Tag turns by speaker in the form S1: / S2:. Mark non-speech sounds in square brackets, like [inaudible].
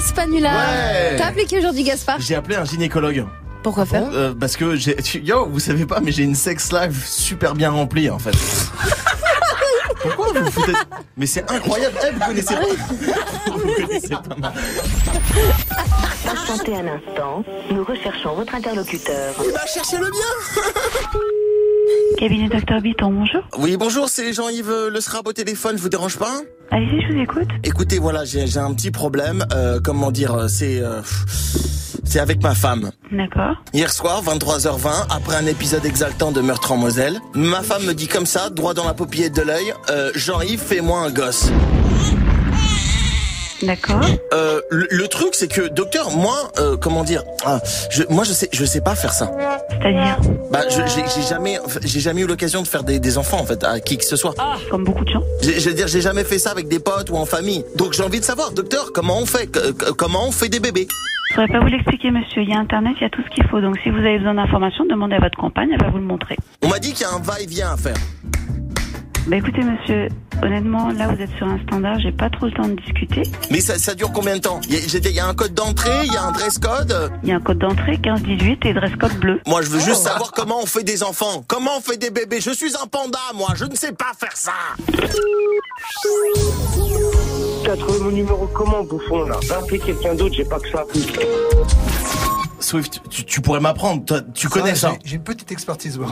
S1: Spanula.
S2: Ouais.
S1: T'as appelé qui aujourd'hui, Gaspard
S2: J'ai appelé un gynécologue.
S1: Pourquoi faire
S2: Euh, parce que j'ai. Yo, vous savez pas, mais j'ai une sex life super bien remplie en [laughs] fait. Pourquoi vous vous foutez Mais c'est incroyable, Eh, vous connaissez [laughs] pas. Vous connaissez pas ma-
S3: Patientez un instant, nous recherchons votre interlocuteur.
S2: Il va chercher le bien
S4: Cabinet Docteur Biton, bonjour.
S2: Oui, bonjour, c'est Jean-Yves euh, Le Srab au téléphone, je vous dérange pas
S4: Allez-y, je vous écoute.
S2: Écoutez, voilà, j'ai j'ai un petit problème. euh, comment dire euh, C'est. euh, c'est avec ma femme.
S4: D'accord.
S2: Hier soir, 23h20, après un épisode exaltant de meurtre en Moselle, ma femme me dit comme ça, droit dans la paupiette de l'œil, euh, Jean-Yves, fais-moi un gosse.
S4: D'accord.
S2: Euh, le, le truc, c'est que, docteur, moi, euh, comment dire, ah, je, moi, je sais, je sais pas faire ça.
S4: C'est-à-dire,
S2: Bah, je- j'ai j'ai jamais, j'ai jamais eu l'occasion de faire des, des enfants, en fait, à qui que ce soit.
S4: comme beaucoup de gens.
S2: J'ai- Je veux dire, j'ai jamais fait ça avec des potes ou en famille. Donc, j'ai envie de savoir, docteur, comment on fait, que- que- comment on fait des bébés.
S4: Je pourrais pas vous l'expliquer, monsieur. Il y a Internet, il y a tout ce qu'il faut. Donc, si vous avez besoin d'informations, demandez à votre compagne, elle va vous le montrer.
S2: On m'a dit qu'il y a un va-et-vient à faire.
S4: Bah, écoutez, monsieur, honnêtement, là, vous êtes sur un standard, j'ai pas trop le temps de discuter.
S2: Mais ça, ça dure combien de temps Il y, a- j'ai dit, il y a un code d'entrée, il y a un dress code. euh,
S4: Il y a un code d'entrée 15-18 et dress code bleu.
S2: Moi, je veux juste savoir comment on fait des enfants, comment on fait des bébés. Je suis un panda, moi, je ne sais pas faire ça.
S5: T'as trouvé mon numéro comment, bouffon, là Va appeler quelqu'un d'autre, j'ai pas que ça.
S2: Swift, tu, pourrais m'apprendre, tu
S6: J'ai j'ai une petite expertise. moi.